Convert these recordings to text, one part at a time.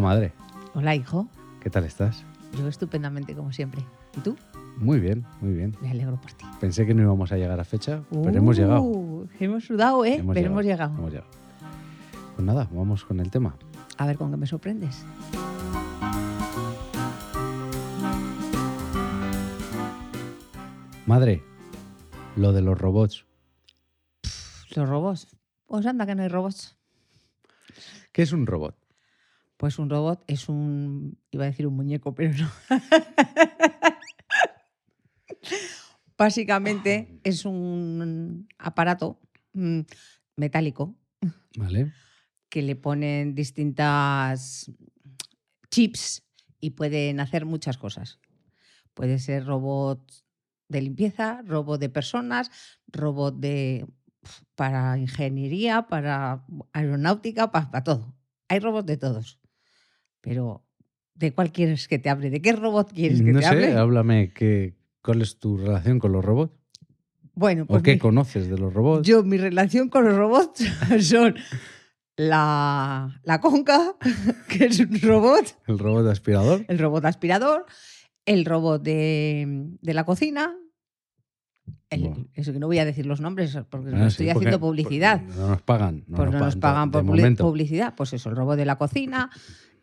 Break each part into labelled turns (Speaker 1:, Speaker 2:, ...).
Speaker 1: madre.
Speaker 2: Hola, hijo.
Speaker 1: ¿Qué tal estás?
Speaker 2: Yo estupendamente, como siempre. ¿Y tú?
Speaker 1: Muy bien, muy bien.
Speaker 2: Me alegro por ti.
Speaker 1: Pensé que no íbamos a llegar a fecha, pero hemos llegado.
Speaker 2: Uh, Hemos sudado, ¿eh? pero hemos llegado.
Speaker 1: hemos llegado. Pues nada, vamos con el tema.
Speaker 2: A ver con qué me sorprendes.
Speaker 1: Madre, lo de los robots.
Speaker 2: Los robots. Pues anda que no hay robots.
Speaker 1: ¿Qué es un robot?
Speaker 2: Pues un robot es un. iba a decir un muñeco, pero no. Básicamente es un aparato mm, metálico
Speaker 1: ¿Vale?
Speaker 2: que le ponen distintas chips y pueden hacer muchas cosas. Puede ser robot de limpieza, robot de personas, robot de para ingeniería, para aeronáutica, para, todo. Hay robots de todos. Pero ¿de cuál quieres que te hable? ¿De qué robot quieres que
Speaker 1: No
Speaker 2: te
Speaker 1: sé,
Speaker 2: hable?
Speaker 1: háblame qué, cuál es tu relación con los robots
Speaker 2: Bueno,
Speaker 1: o
Speaker 2: pues
Speaker 1: qué
Speaker 2: mi-
Speaker 1: conoces de los robots.
Speaker 2: yo mi relación con los robots son la, la conca, que es un robot,
Speaker 1: El robot aspirador.
Speaker 2: el robot aspirador, el robot de, de la cocina. el-
Speaker 1: Buah.
Speaker 2: eso que no voy a decir los nombres porque Pues no
Speaker 1: Ah, sí,
Speaker 2: estoy
Speaker 1: porque-
Speaker 2: haciendo publicidad.
Speaker 1: porque No nos pagan. No
Speaker 2: Pues no nos pagan
Speaker 1: de
Speaker 2: por publi-
Speaker 1: momento.
Speaker 2: publicidad. Pues eso, el robot de la cocina,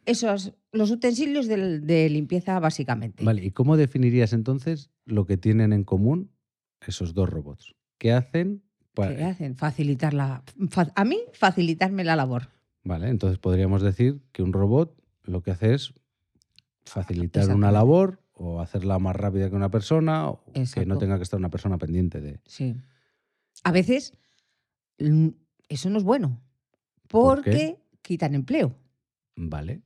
Speaker 2: esos, los utensilios del- de, limpieza básicamente.
Speaker 1: Vale, ¿y cómo definirías entonces lo que tienen en común esos dos robots? ¿Qué hacen? para-
Speaker 2: ¿Qué hacen? Facilitar la, fa- a mí, facilitarme la labor.
Speaker 1: Vale, entonces podríamos decir que un robot lo que hace es facilitar una
Speaker 2: Exactamente.
Speaker 1: labor o hacerla más rápida que una persona o que no
Speaker 2: Exacto.
Speaker 1: tenga que estar una persona pendiente de...
Speaker 2: Sí. A veces mm, eso no es bueno
Speaker 1: ¿Por
Speaker 2: porque
Speaker 1: qué?
Speaker 2: quitan empleo.
Speaker 1: Vale,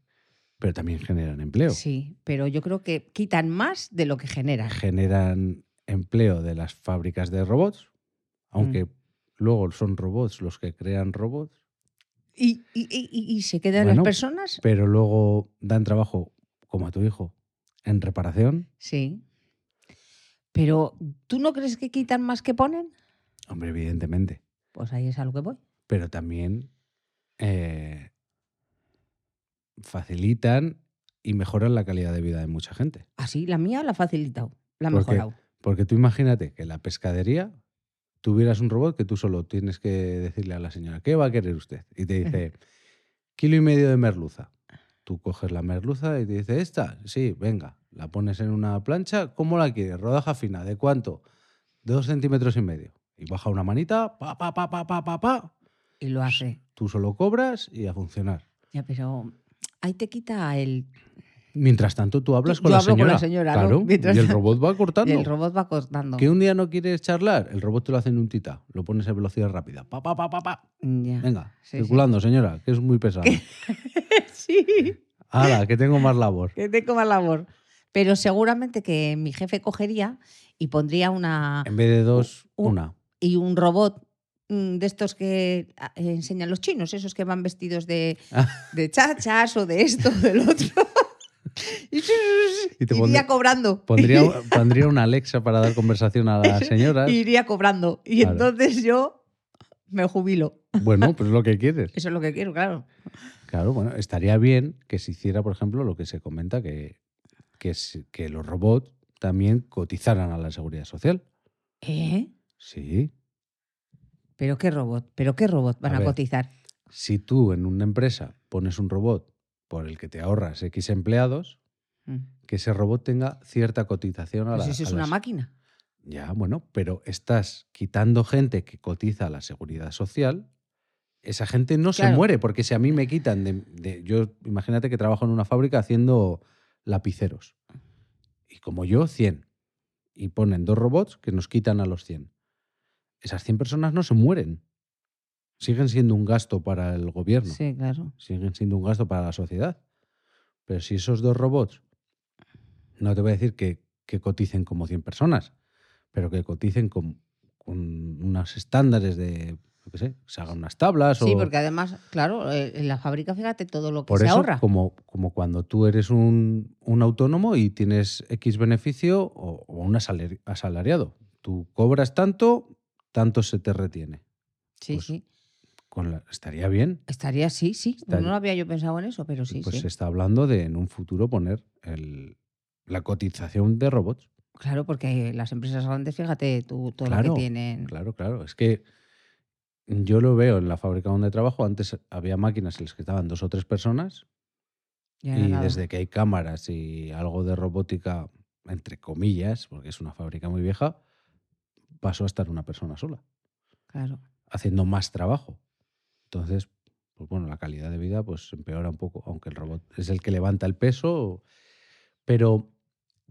Speaker 1: pero también generan empleo.
Speaker 2: Sí, pero yo creo que quitan más de lo que generan.
Speaker 1: Generan empleo de las fábricas de robots,
Speaker 2: Mm.
Speaker 1: aunque luego son robots los que crean robots,
Speaker 2: Y, y- y- y- y se quedan
Speaker 1: Bueno.
Speaker 2: las personas.
Speaker 1: pero luego dan trabajo, como a tu hijo, en reparación.
Speaker 2: Sí. Pero ¿tú no crees que quitan más que ponen?
Speaker 1: Hombre, evidentemente.
Speaker 2: Pues ahí es a lo que voy.
Speaker 1: Pero también eh, facilitan y mejoran la calidad de vida de mucha gente.
Speaker 2: Así, la mía la ha facilitado, la ha
Speaker 1: ¿Por qué?
Speaker 2: mejorado.
Speaker 1: Porque tú imagínate que en la pescadería tuvieras un robot que tú solo tienes que decirle a la señora, ¿qué va a querer usted? Y te dice, kilo y medio de merluza. Tú coges la merluza y te dice, ¿esta? Sí, venga. La pones en una plancha, ¿cómo la quieres? Rodaja fina, ¿de cuánto? Dos centímetros y medio. Y baja una manita, pa, pa, pa, pa, pa, pa, pa,
Speaker 2: Y lo hace.
Speaker 1: Tú solo cobras y a funcionar.
Speaker 2: Ya, pero ahí te quita el...
Speaker 1: Mientras tanto, tú hablas
Speaker 2: Yo
Speaker 1: con, la,
Speaker 2: hablo
Speaker 1: señora,
Speaker 2: con la señora, ¿no?
Speaker 1: Claro,
Speaker 2: Mientras
Speaker 1: y el
Speaker 2: tanto-
Speaker 1: robot va cortando.
Speaker 2: El robot va cortando.
Speaker 1: Que un día no quieres charlar, el robot te lo hace en un tita. Lo pones a velocidad rápida. Pa, pa, pa, pa, pa.
Speaker 2: Ya.
Speaker 1: Venga,
Speaker 2: Sí, sí.
Speaker 1: circulando, señora, que es muy pesado.
Speaker 2: Sí.
Speaker 1: Hala, que tengo más labor.
Speaker 2: que tengo más labor. Pero seguramente que mi jefe cogería y pondría una
Speaker 1: En vez de dos,
Speaker 2: Un-
Speaker 1: una.
Speaker 2: y un robot mm, de estos que ah, eh, enseñan los chinos, esos que van vestidos de,
Speaker 1: Ah.
Speaker 2: de chachas o de esto, del otro. y
Speaker 1: Y te
Speaker 2: iría
Speaker 1: pondré-
Speaker 2: cobrando.
Speaker 1: Pondría, pondría una Alexa para dar conversación a las señoras.
Speaker 2: iría cobrando. Y
Speaker 1: Claro.
Speaker 2: entonces yo me jubilo.
Speaker 1: Bueno, pues lo que quieres.
Speaker 2: Eso es lo que quiero, claro.
Speaker 1: Claro, bueno, estaría bien que se hiciera, por ejemplo, lo que se comenta que, que, se- que los robots también cotizaran a la seguridad social.
Speaker 2: ¿Eh?
Speaker 1: Sí.
Speaker 2: ¿Pero qué robot? ¿Pero qué robot van
Speaker 1: A
Speaker 2: a,
Speaker 1: ver.
Speaker 2: cotizar?
Speaker 1: Si tú en una empresa pones un robot por el que te ahorras X empleados,
Speaker 2: Mm.
Speaker 1: que ese robot tenga cierta cotización a
Speaker 2: Pues
Speaker 1: la-
Speaker 2: eso es
Speaker 1: a
Speaker 2: una
Speaker 1: las-
Speaker 2: máquina.
Speaker 1: Ya, bueno, pero estás quitando gente que cotiza a la seguridad social. Esa gente no se
Speaker 2: Claro.
Speaker 1: muere, porque si a mí me quitan de, de- Yo, imagínate que trabajo en una fábrica haciendo lapiceros. Y como yo, 100. Y ponen dos robots que nos quitan a los 100. Esas 100 personas no se mueren. Siguen siendo un gasto para el gobierno
Speaker 2: Sí, claro.
Speaker 1: siguen siendo un gasto para la sociedad. Pero si esos dos robots, no te voy a decir que, que coticen como 100 personas, pero que coticen con, con unos estándares de, yo qué sé, se hagan unas tablas
Speaker 2: Sí,
Speaker 1: o...
Speaker 2: porque además, claro, eh, en la fábrica, fíjate todo lo que
Speaker 1: por
Speaker 2: se
Speaker 1: eso,
Speaker 2: ahorra.
Speaker 1: Como, como cuando tú eres un, un autónomo y tienes X beneficio o, o un asaler- asalariado. Tú cobras tanto, tanto se te retiene.
Speaker 2: Sí,
Speaker 1: pues,
Speaker 2: sí.
Speaker 1: con la- estaría bien.
Speaker 2: Estaría, sí, sí.
Speaker 1: Estaría-
Speaker 2: No lo había yo pensado en eso, pero sí,
Speaker 1: pues
Speaker 2: sí.
Speaker 1: se está hablando de en un futuro poner el- la cotización de robots.
Speaker 2: Claro, porque las empresas grandes, fíjate tú, todo lo
Speaker 1: Claro,
Speaker 2: que tienen.
Speaker 1: Claro, claro. Es que yo lo veo en la fábrica donde trabajo. Antes había máquinas en las que estaban dos o tres personas
Speaker 2: Ya
Speaker 1: Y
Speaker 2: nada.
Speaker 1: desde que hay cámaras y algo de robótica, entre comillas, porque es una fábrica muy vieja, pasó a estar una persona sola,
Speaker 2: Claro.
Speaker 1: haciendo más trabajo. Entonces, pues bueno, la calidad de vida pues empeora un poco, aunque el robot es el que levanta el peso. Pero,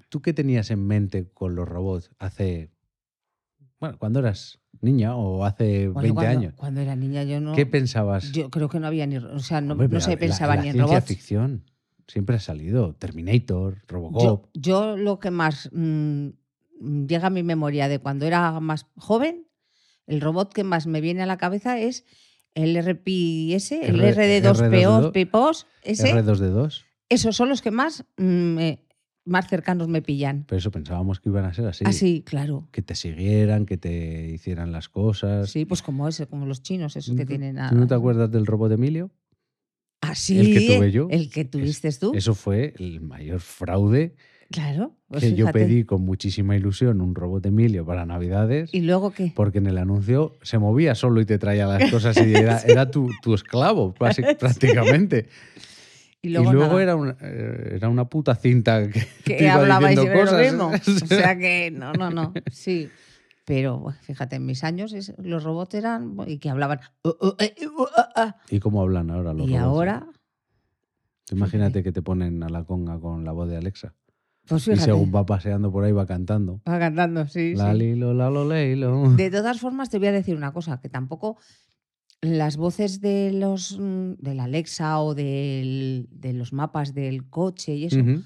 Speaker 1: ¿tú qué tenías en mente con los robots hace, bueno, cuando eras niña o hace 20
Speaker 2: Bueno, cuando,
Speaker 1: años?
Speaker 2: Cuando era niña yo no.
Speaker 1: ¿Qué pensabas?
Speaker 2: Yo creo que no había ni. O sea, no,
Speaker 1: Hombre,
Speaker 2: no
Speaker 1: pero
Speaker 2: se
Speaker 1: la-
Speaker 2: pensaba
Speaker 1: la
Speaker 2: ni en
Speaker 1: ciencia
Speaker 2: robots.
Speaker 1: ficción siempre ha salido. Terminator, Robocop.
Speaker 2: Yo, yo lo que más mm, mm, llega a mi memoria de cuando era más joven, el robot que más me viene a la cabeza es el RPS, el
Speaker 1: R-
Speaker 2: RD2PO,
Speaker 1: R2D2,
Speaker 2: PPOS, ese.
Speaker 1: R2D2.
Speaker 2: Esos son los que más, mm, me- más cercanos me pillan.
Speaker 1: Pero eso pensábamos que iban a ser así.
Speaker 2: Así, claro.
Speaker 1: Que te siguieran, que te hicieran las cosas.
Speaker 2: Sí, pues como ese, como los chinos, esos que
Speaker 1: ¿Tú-
Speaker 2: tienen a-
Speaker 1: ¿Tú no te acuerdas del robot Emilio?
Speaker 2: Así,
Speaker 1: el que tuve yo?
Speaker 2: El que tuviste tú.
Speaker 1: Eso fue el mayor fraude
Speaker 2: claro. pues
Speaker 1: que yo
Speaker 2: fíjate.
Speaker 1: pedí con muchísima ilusión un robot Emilio para Navidades.
Speaker 2: ¿Y luego qué?
Speaker 1: Porque en el anuncio se movía solo y te traía las cosas y era, era tu, tu esclavo, basi- prácticamente.
Speaker 2: Y
Speaker 1: Y
Speaker 2: luego,
Speaker 1: luego,
Speaker 2: nada.
Speaker 1: era, una, eh, era una puta cinta que, te
Speaker 2: que
Speaker 1: iba
Speaker 2: hablabais
Speaker 1: diciendo
Speaker 2: siempre lo
Speaker 1: cosas.
Speaker 2: mismo. O sea que no, no, no. Sí. Pero bueno, fíjate, en mis años es- los robots eran y que hablaban. "Uh, uh, eh, uh, uh, uh".
Speaker 1: ¿Y cómo hablan ahora los
Speaker 2: y
Speaker 1: robots?
Speaker 2: ahora,
Speaker 1: Tú Imagínate que te ponen a la conga con la voz de Alexa.
Speaker 2: pues
Speaker 1: Y
Speaker 2: fíjate,
Speaker 1: según va paseando por ahí va cantando.
Speaker 2: va cantando, sí,
Speaker 1: La
Speaker 2: sí.
Speaker 1: lilo, la lo, leilo.
Speaker 2: De todas formas, te voy a decir una cosa, que tampoco las voces de los mm, del Alexa o del- de los mapas del coche y eso,
Speaker 1: Ujú.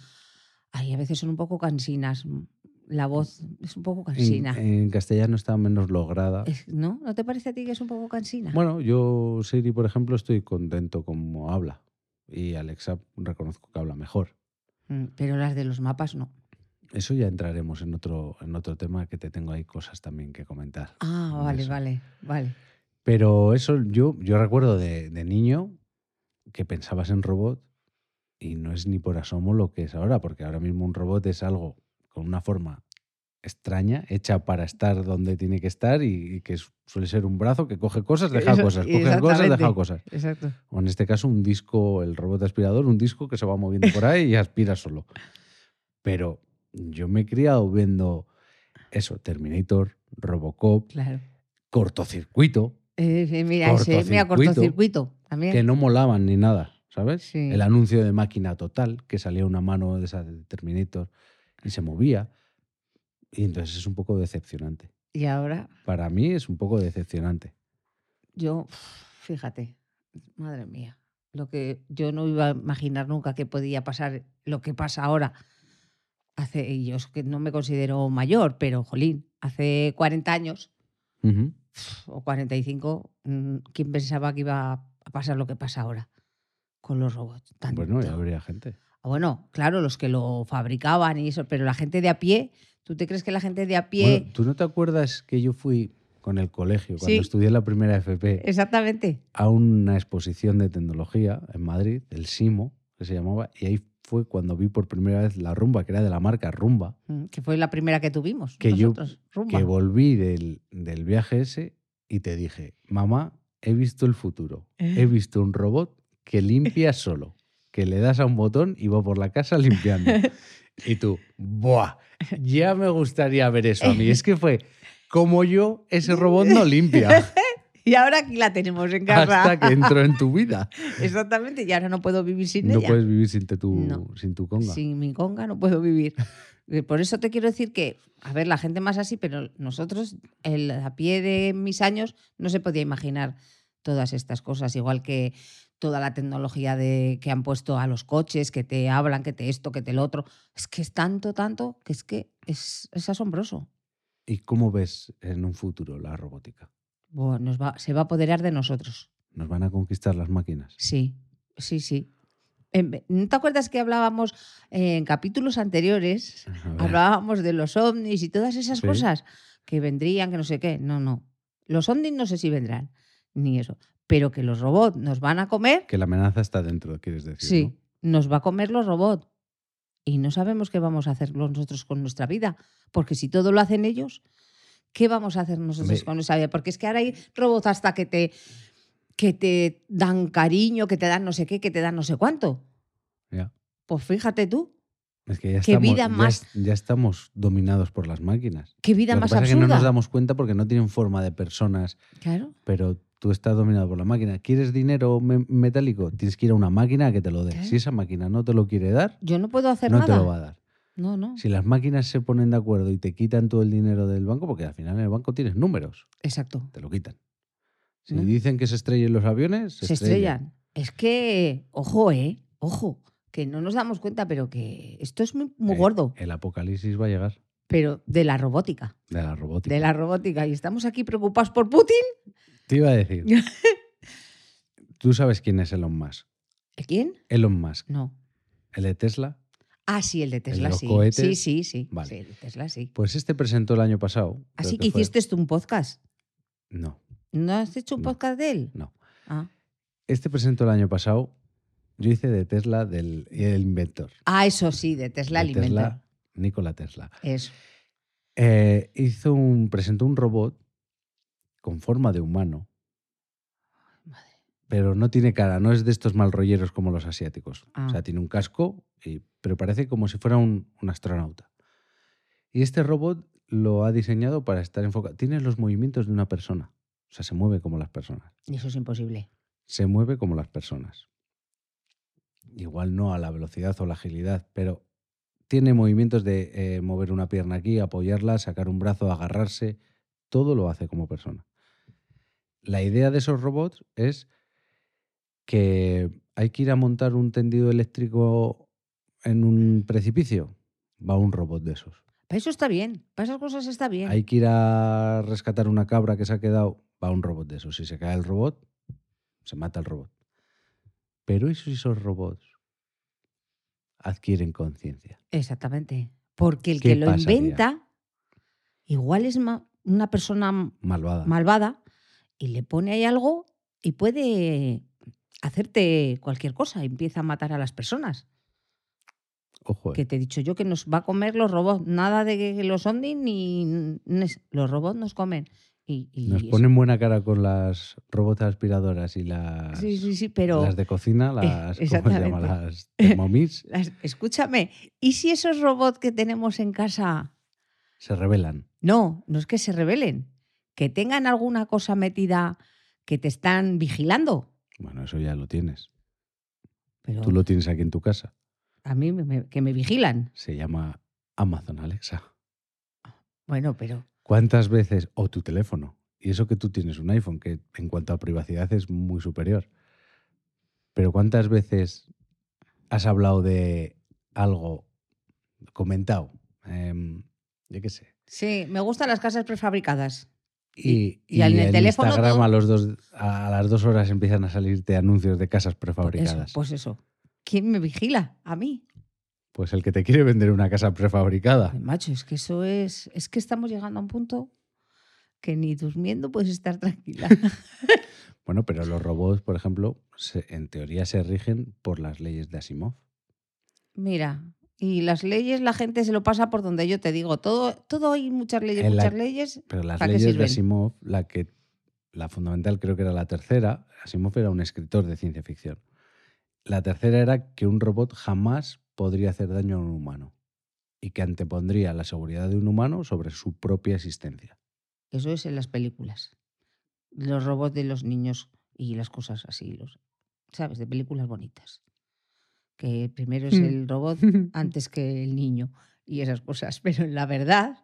Speaker 2: ay, a veces son un poco cansinas. mm, La voz es un poco
Speaker 1: en,
Speaker 2: cansina.
Speaker 1: en castellano está menos lograda.
Speaker 2: Es- ¿No? ¿No te parece a ti que es un poco cansina?
Speaker 1: Bueno, yo Siri, por ejemplo, estoy contento como habla. Y Alexa reconozco que habla mejor.
Speaker 2: Mm, Pero las de los mapas no.
Speaker 1: Eso ya entraremos en otro, en otro tema que te tengo ahí cosas también que comentar.
Speaker 2: Ah,
Speaker 1: de
Speaker 2: vale,
Speaker 1: eso.
Speaker 2: vale, vale.
Speaker 1: Pero eso yo, yo recuerdo de, de niño que pensabas en robot y no es ni por asomo lo que es ahora, porque ahora mismo un robot es algo con una forma extraña, hecha para estar donde tiene que estar y, y que su- suele ser un brazo que coge cosas, deja
Speaker 2: E, Eso-
Speaker 1: cosas, coge cosas,
Speaker 2: exactamente.
Speaker 1: deja cosas.
Speaker 2: Exacto.
Speaker 1: O en este caso un disco, el robot aspirador, un disco que se va moviendo por ahí y aspira solo. Pero yo me he criado viendo eso, Terminator, Robocop,
Speaker 2: Claro.
Speaker 1: cortocircuito.
Speaker 2: Eh, eh, mira, ese, mira,
Speaker 1: Cortocircuito.
Speaker 2: cortocircuito también.
Speaker 1: que no molaban ni nada, ¿sabes?
Speaker 2: Sí.
Speaker 1: El anuncio de máquina total, que salía una mano de esa de Terminator y se movía. Y entonces es un poco decepcionante.
Speaker 2: Y ahora,
Speaker 1: Para mí es un poco decepcionante.
Speaker 2: yo, fíjate, madre mía, lo que yo no iba a imaginar nunca que podía pasar lo que pasa ahora. Hace, y yo es que no me considero mayor, pero jolín, hace 40 años
Speaker 1: Ujú.
Speaker 2: o 45, mm, ¿quién pensaba que iba a pasar lo que pasa ahora con los robots?
Speaker 1: Bueno, ya
Speaker 2: Tanto.
Speaker 1: habría gente.
Speaker 2: Ah, Bueno, claro, los que lo fabricaban y eso, pero la gente de a pie, ¿tú te crees que la gente de a pie...
Speaker 1: Bueno, ¿Tú no te acuerdas que yo fui con el colegio, cuando
Speaker 2: Sí.
Speaker 1: estudié la primera FP,
Speaker 2: Exactamente.
Speaker 1: a una exposición de tecnología en Madrid, el SIMO, que se llamaba, y ahí fue cuando vi por primera vez la rumba, que era de la marca Rumba.
Speaker 2: Mm, Que fue la primera que tuvimos.
Speaker 1: Que yo-
Speaker 2: nosotros, rumba.
Speaker 1: que volví del, del viaje ese y te dije, mamá, he visto el futuro. He visto un robot que limpia solo, que le das a un botón y va por la casa limpiando. Y tú, ¡buah! Ya me gustaría ver eso a mí. Es que fue, como yo, ese robot no limpia
Speaker 2: y ahora aquí la tenemos en casa.
Speaker 1: hasta que entró en tu vida.
Speaker 2: Exactamente, y ahora no puedo vivir sin
Speaker 1: No
Speaker 2: ella.
Speaker 1: puedes vivir sin, te- tu,
Speaker 2: No.
Speaker 1: sin tu conga.
Speaker 2: Sin mi conga no puedo vivir. Eh, Por eso te quiero decir que, a ver, la gente más así, pero nosotros, el- a pie de mis años, no se podía imaginar todas estas cosas, igual que toda la tecnología de, que han puesto a los coches, que te hablan, que te esto, que te lo otro. Es que es tanto, tanto, que es que es, es asombroso.
Speaker 1: ¿Y cómo ves en un futuro la robótica?
Speaker 2: Buah, nos va- se va a apoderar de nosotros.
Speaker 1: ¿Nos van a conquistar las máquinas?
Speaker 2: Sí, sí, sí. En ve- ¿No te acuerdas que hablábamos eh, en capítulos anteriores?
Speaker 1: A ver,
Speaker 2: Hablábamos de los ovnis y todas esas
Speaker 1: Sí.
Speaker 2: cosas que vendrían, que no sé qué. No, no. Los ovnis no sé si vendrán, ni eso. pero que los robots nos van a comer,
Speaker 1: Que la amenaza está dentro, quieres decir.
Speaker 2: sí, nos va a comer los robots. Y no sabemos qué vamos a hacer nosotros con nuestra vida, porque si todo lo hacen ellos, ¿qué vamos a hacer nosotros
Speaker 1: Hombre.
Speaker 2: con nuestra vida? Porque es que ahora hay robots hasta que te, que te dan cariño, que te dan no sé qué, que te dan no sé cuánto.
Speaker 1: ¿no? Ya.
Speaker 2: Pues fíjate tú,
Speaker 1: Es que ya
Speaker 2: Qué
Speaker 1: estamos,
Speaker 2: vida
Speaker 1: ya
Speaker 2: más-
Speaker 1: es- ya estamos dominados por las máquinas.
Speaker 2: qué vida
Speaker 1: Lo que
Speaker 2: más
Speaker 1: pasa es que
Speaker 2: absurda.
Speaker 1: no nos damos cuenta porque no tienen forma de personas,
Speaker 2: Claro,
Speaker 1: pero tú estás dominado por la máquina. ¿Quieres dinero me- metálico? Tienes que ir a una máquina a que te lo dé.
Speaker 2: Claro.
Speaker 1: Si esa máquina no te lo quiere dar,
Speaker 2: yo no puedo hacer
Speaker 1: no
Speaker 2: nada.
Speaker 1: te lo va a dar.
Speaker 2: No, no,
Speaker 1: Si las máquinas se ponen de acuerdo y te quitan todo el dinero del banco, porque al final en el banco tienes números,
Speaker 2: exacto.
Speaker 1: te lo quitan. Si
Speaker 2: ¿No?
Speaker 1: dicen que se estrellen los aviones, se,
Speaker 2: ¿Mm? se estrellan. Es que, ojo, ¿eh? Ojo, que no nos damos cuenta, pero que esto es muy, muy
Speaker 1: Eh,
Speaker 2: gordo,
Speaker 1: El apocalipsis va a llegar
Speaker 2: pero de la robótica,
Speaker 1: de la robótica.
Speaker 2: de la robótica. Y estamos aquí preocupados por Putin.
Speaker 1: Te iba a decir. Tú sabes quién es Elon Musk.
Speaker 2: ¿Quién?
Speaker 1: Elon Musk,
Speaker 2: No.
Speaker 1: el de Tesla.
Speaker 2: Ah, sí, el de Tesla,
Speaker 1: los
Speaker 2: sí.
Speaker 1: cohetes?
Speaker 2: Sí, sí, sí.
Speaker 1: Vale.
Speaker 2: Sí, el de Tesla, sí.
Speaker 1: Pues este presentó el año pasado.
Speaker 2: Así
Speaker 1: creo
Speaker 2: que
Speaker 1: fue-
Speaker 2: hiciste tú un podcast.
Speaker 1: No,
Speaker 2: ¿No has hecho un
Speaker 1: No.
Speaker 2: podcast de él?
Speaker 1: no.
Speaker 2: Ah.
Speaker 1: Este presentó el año pasado. Yo hice de Tesla del el inventor.
Speaker 2: Ah, eso sí, de Tesla
Speaker 1: de
Speaker 2: Alimenta.
Speaker 1: Tesla, Nikola Tesla.
Speaker 2: Eso.
Speaker 1: Eh, hizo un, presentó un robot con forma de humano.
Speaker 2: Madre.
Speaker 1: Pero no tiene cara, no es de estos malrolleros como los asiáticos.
Speaker 2: Ah.
Speaker 1: O sea, tiene un casco, y- pero parece como si fuera un, un astronauta. Y este robot lo ha diseñado para estar enfocado. Tiene los movimientos de una persona. O sea, se mueve como las personas.
Speaker 2: Y Eso es imposible.
Speaker 1: Se mueve como las personas. Igual no a la velocidad o la agilidad, pero tiene movimientos de eh, mover una pierna aquí, apoyarla, sacar un brazo, agarrarse. Todo lo hace como persona. La idea de esos robots es que hay que ir a montar un tendido eléctrico en un precipicio. Va un robot de esos.
Speaker 2: Para eso está bien. Para esas cosas está bien.
Speaker 1: Hay que ir a rescatar una cabra que se ha quedado. Va un robot de esos. Si se cae el robot, se mata el robot. Pero ¿y si esos robots adquieren conciencia?
Speaker 2: Exactamente. Porque el
Speaker 1: ¿Qué
Speaker 2: que lo
Speaker 1: pasaría?
Speaker 2: inventa igual es ma- una persona m-
Speaker 1: Malvada.
Speaker 2: malvada y le pone ahí algo y puede hacerte cualquier cosa. Empieza a matar a las personas.
Speaker 1: Ojo, eh.
Speaker 2: Que te he dicho yo que nos va a comer los robots. Nada de que los ondis ni... nes- Los robots nos comen. Y, y
Speaker 1: Nos
Speaker 2: eso.
Speaker 1: ponen buena cara con las robots aspiradoras y las,
Speaker 2: Sí, sí, sí, pero...
Speaker 1: las de cocina, las, ¿cómo se llama?
Speaker 2: exactamente.
Speaker 1: Las Thermomix,
Speaker 2: las- escúchame, ¿y si esos robots que tenemos en casa
Speaker 1: se rebelan.
Speaker 2: No, no es que se rebelen, que tengan alguna cosa metida que te están vigilando.
Speaker 1: Bueno, eso ya lo tienes.
Speaker 2: Pero
Speaker 1: Tú lo tienes aquí en tu casa.
Speaker 2: a mí me- me- que me vigilan.
Speaker 1: Se llama Amazon Alexa.
Speaker 2: Bueno, pero
Speaker 1: ¿Cuántas veces? O tu teléfono. Y eso que tú tienes un iPhone, que en cuanto a privacidad es muy superior. Pero ¿cuántas veces has hablado de algo comentado? Em, yo qué sé.
Speaker 2: sí, me gustan las casas prefabricadas.
Speaker 1: Y,
Speaker 2: y en el teléfono
Speaker 1: Instagram
Speaker 2: todo-
Speaker 1: a, los dos, a las dos horas empiezan a salirte anuncios de casas
Speaker 2: Eso,
Speaker 1: prefabricadas. pues...
Speaker 2: pues eso. ¿Quién me vigila? A mí.
Speaker 1: Pues el que te quiere vender una casa prefabricada.
Speaker 2: Ay, macho, es que eso es. Es que estamos llegando a un punto que ni durmiendo puedes estar tranquila.
Speaker 1: Bueno, pero los robots, por ejemplo, se- en teoría se rigen por las leyes de Asimov.
Speaker 2: Mira, y las leyes la gente se lo pasa por donde yo te digo. Todo, todo hay muchas leyes,
Speaker 1: En la-
Speaker 2: muchas leyes.
Speaker 1: Pero las
Speaker 2: ¿Para qué
Speaker 1: leyes de
Speaker 2: sirven?
Speaker 1: Asimov, la que la fundamental creo que era la tercera, Asimov era un escritor de ciencia ficción. La tercera era que un robot jamás podría hacer daño a un humano y que antepondría la seguridad de un humano sobre su propia existencia.
Speaker 2: Eso es en las películas. Los robots de los niños y las cosas así, los, ¿sabes? De películas bonitas. Que primero es
Speaker 1: Mm.
Speaker 2: el robot antes que el niño y esas cosas. Pero en la verdad,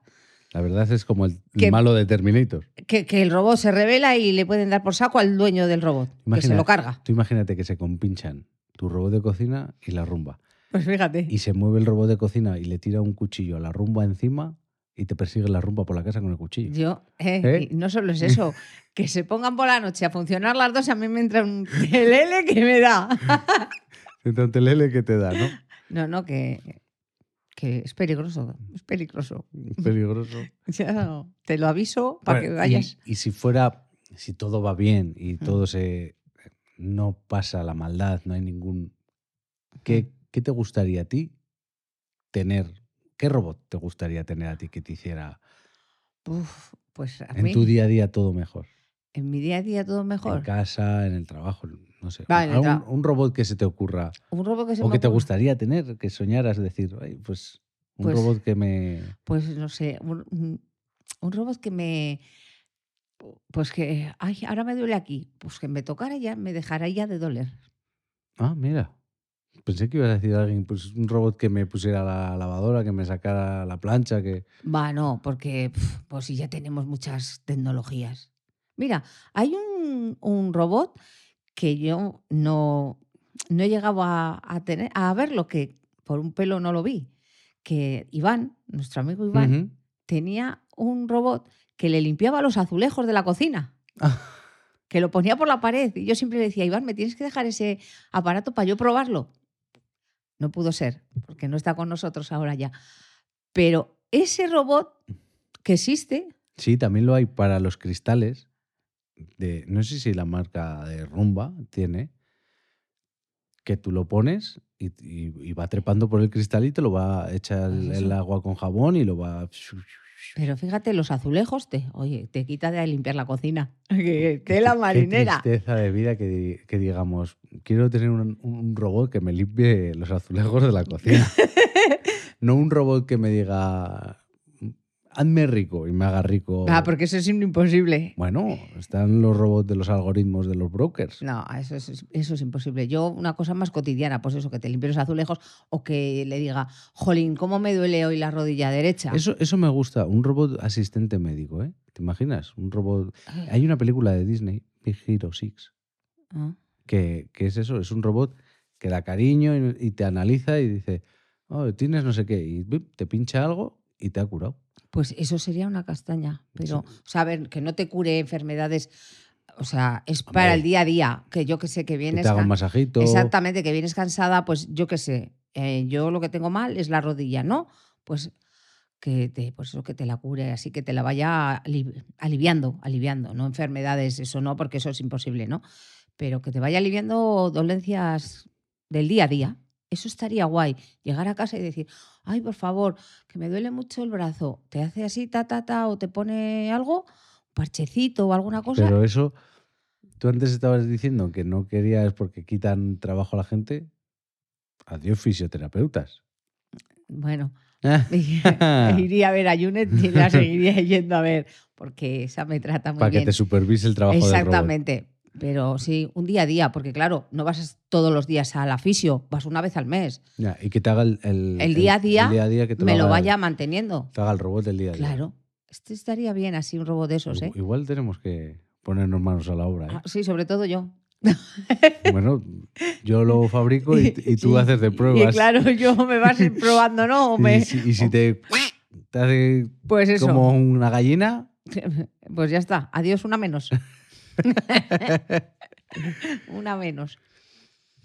Speaker 1: La verdad es como el, el
Speaker 2: Que-
Speaker 1: malo de Terminator.
Speaker 2: que, que el robot se revela y le pueden dar por saco al dueño del robot, que se
Speaker 1: Imagina-
Speaker 2: lo carga.
Speaker 1: Tú imagínate que se compinchan tu robot de cocina y la rumba.
Speaker 2: Pues fíjate.
Speaker 1: Y se mueve el robot de cocina y le tira un cuchillo a la rumba encima y te persigue la rumba por la casa con el cuchillo.
Speaker 2: Yo, eh,
Speaker 1: ¿Eh?
Speaker 2: y no solo es eso, que se pongan por la noche a funcionar las dos, a mí me entra un telele que me da.
Speaker 1: Entonces, lele que te da, ¿no?
Speaker 2: No, no, que, que es peligroso, es peligroso.
Speaker 1: Peligroso.
Speaker 2: Ya te lo aviso para
Speaker 1: Bueno,
Speaker 2: que
Speaker 1: y-
Speaker 2: vayas. Mm.
Speaker 1: Y, si fuera, si todo va bien y todo se no pasa la maldad, no hay ningún... ¿Qué,
Speaker 2: Mm.
Speaker 1: qué te gustaría a ti tener? ¿Qué robot te gustaría tener a ti que te hiciera
Speaker 2: Uf, pues a mí,
Speaker 1: en tu día a día todo mejor?
Speaker 2: en mi día a día todo
Speaker 1: En
Speaker 2: mejor.
Speaker 1: casa, en el trabajo, no sé.
Speaker 2: Vale,
Speaker 1: un,
Speaker 2: tra-
Speaker 1: un robot que se te ocurra
Speaker 2: Un robot que se
Speaker 1: o
Speaker 2: me
Speaker 1: que te
Speaker 2: ocurra-
Speaker 1: gustaría tener, que soñaras decir, "Ay, pues un
Speaker 2: Pues-
Speaker 1: robot que me...
Speaker 2: Pues no sé, un, un- un robot que me... Pues que, ay, ahora me duele aquí. Pues que me tocara ya, me dejara ya de doler.
Speaker 1: Ah, mira. Pensé que ibas a decir a alguien, pues un robot que me pusiera la lavadora, que me sacara la plancha, que...
Speaker 2: Va, no, porque pf, pues si ya tenemos muchas tecnologías. Mira, hay un, un robot que yo no, no he llegado a, a tener, a verlo, que por un pelo no lo vi, que Iván, nuestro amigo Iván,
Speaker 1: Ujú.
Speaker 2: tenía un robot que le limpiaba los azulejos de la cocina,
Speaker 1: Ah.
Speaker 2: que lo ponía por la pared. Y yo siempre le decía, Iván, me tienes que dejar ese aparato para yo probarlo. No pudo ser, porque no está con nosotros ahora ya. Pero ese robot que existe,
Speaker 1: Sí, también lo hay para los cristales. De, no sé si la marca de Rumba tiene, que tú lo pones y, y- y va trepando por el cristal y te lo va a echar el,
Speaker 2: Pues
Speaker 1: el
Speaker 2: eso.
Speaker 1: agua con jabón y lo va...
Speaker 2: pero fíjate, los azulejos te, oye, te quita de limpiar la cocina. Que Tela
Speaker 1: Qué
Speaker 2: marinera.
Speaker 1: tristeza de vida que, di- que digamos, quiero tener un, un robot que me limpie los azulejos de la cocina. no un robot que me diga, hazme rico y me haga rico.
Speaker 2: Ah, porque eso es un imposible.
Speaker 1: Bueno, están los robots de los algoritmos de los brokers.
Speaker 2: No, eso es, eso es imposible. Yo, una cosa más cotidiana, pues eso, que te limpie los azulejos o que le diga, Jolín, ¿cómo me duele hoy la rodilla derecha?
Speaker 1: Eso, eso me gusta, un robot asistente médico, ¿eh? ¿Te imaginas? Un robot... eh, Hay una película de Disney, Big Hero 6,
Speaker 2: Ah,
Speaker 1: que, que es eso, es un robot que da cariño y, y te analiza y dice, oh, tienes no sé qué, y bip, te pincha algo y te ha curado.
Speaker 2: Pues eso sería una castaña. Pero, o sea, a ver, que no te cure enfermedades. O sea, es para
Speaker 1: Hombre.
Speaker 2: el día a día, que yo que sé, que
Speaker 1: Que
Speaker 2: vienes.
Speaker 1: te haga un
Speaker 2: can-
Speaker 1: masajito.
Speaker 2: Exactamente, que vienes cansada, pues yo qué sé, eh, yo lo que tengo mal es la rodilla, ¿no? Pues que te, pues eso, que te la cure, así que te la vaya ali- aliviando, aliviando, no enfermedades, eso no, porque eso es imposible, ¿no? Pero que te vaya aliviando dolencias del día a día. Eso estaría guay. Llegar a casa y decir, ay, por favor, que me duele mucho el brazo. Te hace así, ta, ta, ta, o te pone algo, un parchecito o alguna cosa.
Speaker 1: Pero eso, tú antes estabas diciendo que no querías porque quitan trabajo a la gente. Adiós fisioterapeutas.
Speaker 2: Bueno, iría a ver a Junet y la seguiría yendo a ver, porque esa me trata muy
Speaker 1: Para que
Speaker 2: bien.
Speaker 1: te supervise el trabajo del robot.
Speaker 2: Exactamente. Pero sí, un día a día, porque claro, no vas todos los días al afisio, vas una vez al mes.
Speaker 1: Ya, y que te haga el, el-
Speaker 2: El día a día
Speaker 1: el día a día que te
Speaker 2: Me lo
Speaker 1: haga el-
Speaker 2: vaya manteniendo.
Speaker 1: te haga el robot del día a día.
Speaker 2: Claro. Este estaría bien así un robot de esos, ¿eh?
Speaker 1: Igu- Igual tenemos que ponernos manos a la obra. ¿eh?
Speaker 2: Ah, sí, sobre todo yo.
Speaker 1: Bueno, yo lo fabrico y, y tú
Speaker 2: Y-
Speaker 1: haces de
Speaker 2: y-
Speaker 1: pruebas.
Speaker 2: Y claro, yo me vas a ir probando, ¿no? O
Speaker 1: Y
Speaker 2: me-
Speaker 1: si, y si te, te hace
Speaker 2: Pues eso.
Speaker 1: como una gallina,
Speaker 2: Pues ya está. Adiós, una menos. una menos.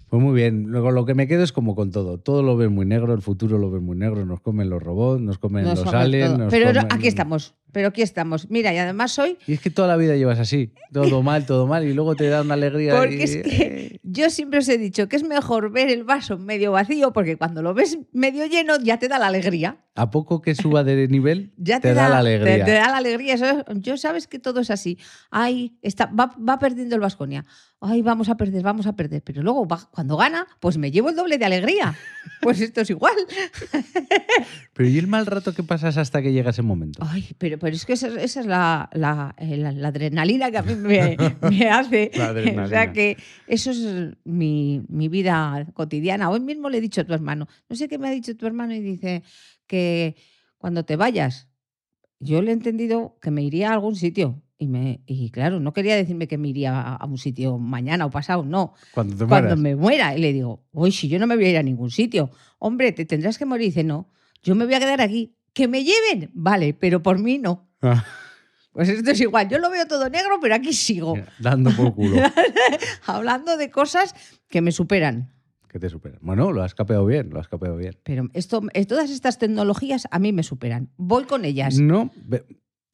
Speaker 1: Pues muy bien, luego lo que me quedo es como con todo. Todo lo ven muy negro, el futuro lo ven muy negro, nos comen los robots, nos comen
Speaker 2: No
Speaker 1: los
Speaker 2: somos todo.
Speaker 1: aliens. nos
Speaker 2: pero
Speaker 1: comen-
Speaker 2: aquí estamos, pero aquí estamos. Mira, y además hoy,
Speaker 1: Y es que toda la vida llevas así, todo mal, todo mal, y luego te da una alegría.
Speaker 2: porque
Speaker 1: y-
Speaker 2: es que yo siempre os he dicho que es mejor ver el vaso medio vacío, porque cuando lo ves medio lleno ya te da la alegría.
Speaker 1: A poco que suba de nivel,
Speaker 2: Ya
Speaker 1: te, da, la alegría.
Speaker 2: Te, te da la alegría. Eso es- yo sabes que todo es así. Ay, está, va, va perdiendo el Vasconia. Ay, vamos a perder, vamos a perder. Pero luego, va- cuando gana, pues me llevo el doble de alegría. Pues esto es igual.
Speaker 1: Pero ¿y el mal rato que pasas hasta que llega ese momento?
Speaker 2: Ay, pero, pero es que esa, esa es la, la- eh, la- la adrenalina que a mí me, me hace.
Speaker 1: La adrenalina.
Speaker 2: O sea que eso es mi, mi vida cotidiana. Hoy mismo le he dicho a tu hermano, no sé qué me ha dicho tu hermano y dice que cuando te vayas, yo le he entendido que me iría a algún sitio. Y, me, y claro, no quería decirme que me iría a, a un sitio mañana o pasado, no.
Speaker 1: Cuando te
Speaker 2: Cuando
Speaker 1: mueras.
Speaker 2: me muera, y le digo, uy, si yo no me voy a ir a ningún sitio, hombre, te tendrás que morir. Y dice, no, yo me voy a quedar aquí. Que me lleven, vale, pero por mí no.
Speaker 1: Ah.
Speaker 2: Pues esto es igual, yo lo veo todo negro, pero aquí sigo,
Speaker 1: Dando por culo.
Speaker 2: hablando de cosas que me superan.
Speaker 1: que te superan. Bueno, lo has capeado bien, lo has capeado bien.
Speaker 2: Pero esto, eh, todas estas tecnologías a mí me superan. Voy con ellas,
Speaker 1: No, ve-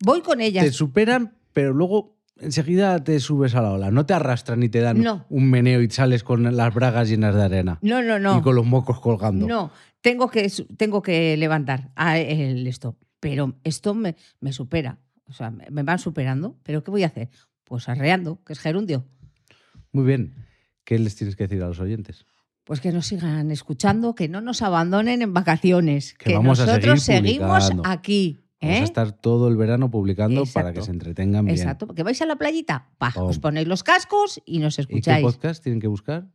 Speaker 2: voy
Speaker 1: Mm,
Speaker 2: con
Speaker 1: te
Speaker 2: ellas.
Speaker 1: superan, pero luego enseguida te subes a la ola. No te arrastran ni te dan
Speaker 2: No.
Speaker 1: un meneo y sales con las bragas llenas de arena
Speaker 2: No, no, no.
Speaker 1: y con los mocos colgando.
Speaker 2: No, tengo que, su- tengo que levantar a el esto. Pero esto me, me supera. O sea, me, me van superando. ¿Pero qué voy a hacer? Pues arreando, que es gerundio.
Speaker 1: Muy bien. ¿Qué les tienes que decir a los oyentes?
Speaker 2: Pues que nos sigan escuchando, que no nos abandonen en vacaciones.
Speaker 1: Que vamos a
Speaker 2: nosotros
Speaker 1: seguir
Speaker 2: seguimos
Speaker 1: publicando.
Speaker 2: aquí.
Speaker 1: Vamos
Speaker 2: ¿eh?
Speaker 1: a Pues estar todo el verano publicando para que
Speaker 2: Exacto.
Speaker 1: se entretengan bien.
Speaker 2: Exacto. Que vais a la playita, pa,
Speaker 1: Oh.
Speaker 2: os ponéis los cascos y nos
Speaker 1: ¿Y qué
Speaker 2: escucháis.
Speaker 1: podcast tienen que buscar?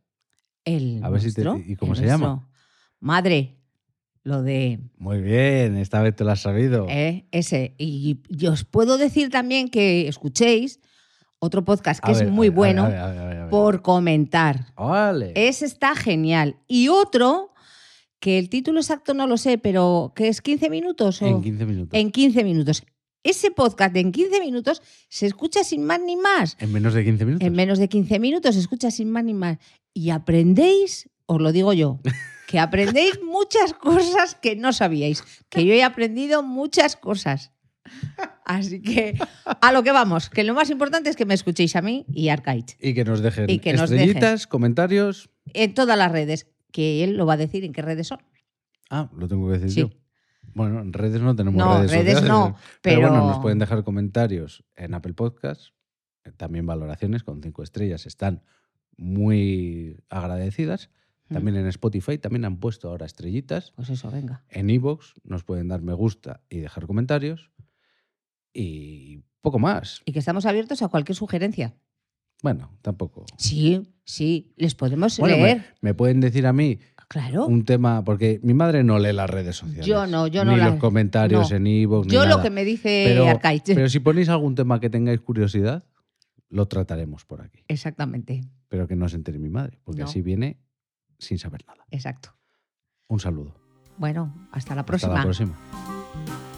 Speaker 2: el
Speaker 1: A ver si te-
Speaker 2: nuestro,
Speaker 1: ¿y cómo
Speaker 2: el
Speaker 1: se llama?
Speaker 2: nuestro. Madre, lo de
Speaker 1: Muy bien, esta vez te lo has sabido.
Speaker 2: Eh, ese. Y, y os puedo decir también que escuchéis otro podcast que
Speaker 1: A
Speaker 2: es
Speaker 1: ver, a ver,
Speaker 2: muy
Speaker 1: a ver,
Speaker 2: bueno
Speaker 1: a ver, a ver, a ver, a ver.
Speaker 2: por comentar.
Speaker 1: Vale.
Speaker 2: Ese está genial. Y otro, que el título exacto no lo sé, pero que es 15 minutos o
Speaker 1: En 15 minutos. En...
Speaker 2: en 15 minutos. Ese podcast de en 15 minutos se escucha sin más ni más.
Speaker 1: menos de 15 minutos.
Speaker 2: En menos de 15 minutos se escucha sin más ni más. Y aprendéis, os lo digo yo, que aprendéis muchas cosas que no sabíais. Que yo he aprendido muchas cosas. Así que a lo que vamos, que lo más importante es que me escuchéis a mí y a Arcaic
Speaker 1: Y que nos dejen
Speaker 2: Y que nos
Speaker 1: estrellitas, comentarios.
Speaker 2: en todas las redes, que él lo va a decir en qué redes son.
Speaker 1: Ah, lo tengo que decir
Speaker 2: Sí.
Speaker 1: yo. Bueno, en redes no tenemos
Speaker 2: No,
Speaker 1: redes.
Speaker 2: redes
Speaker 1: sociales,
Speaker 2: no,
Speaker 1: Pero,
Speaker 2: pero,
Speaker 1: bueno, nos pueden dejar comentarios en Apple Podcast. eh, También valoraciones con cinco estrellas están muy agradecidas. También en Spotify también han puesto ahora estrellitas.
Speaker 2: Pues eso, venga.
Speaker 1: En iVoox nos pueden dar me gusta y dejar comentarios. Y poco más.
Speaker 2: Y que estamos abiertos a cualquier sugerencia.
Speaker 1: Bueno, tampoco.
Speaker 2: Sí, sí, les podemos
Speaker 1: Bueno,
Speaker 2: leer.
Speaker 1: me, me pueden decir a mí
Speaker 2: Claro.
Speaker 1: un tema, porque mi madre no lee las redes sociales.
Speaker 2: Yo no, yo
Speaker 1: Ni
Speaker 2: no
Speaker 1: los
Speaker 2: las-
Speaker 1: comentarios
Speaker 2: no.
Speaker 1: en iVoox. ni
Speaker 2: Yo lo
Speaker 1: nada.
Speaker 2: que me dice
Speaker 1: pero,
Speaker 2: Arcaic.
Speaker 1: pero si ponéis algún tema que tengáis curiosidad, lo trataremos por aquí.
Speaker 2: Exactamente,
Speaker 1: Pero que no se entere mi madre, porque
Speaker 2: No.
Speaker 1: así viene sin saber nada.
Speaker 2: exacto.
Speaker 1: Un saludo.
Speaker 2: Bueno, hasta la
Speaker 1: Hasta
Speaker 2: próxima.
Speaker 1: la próxima.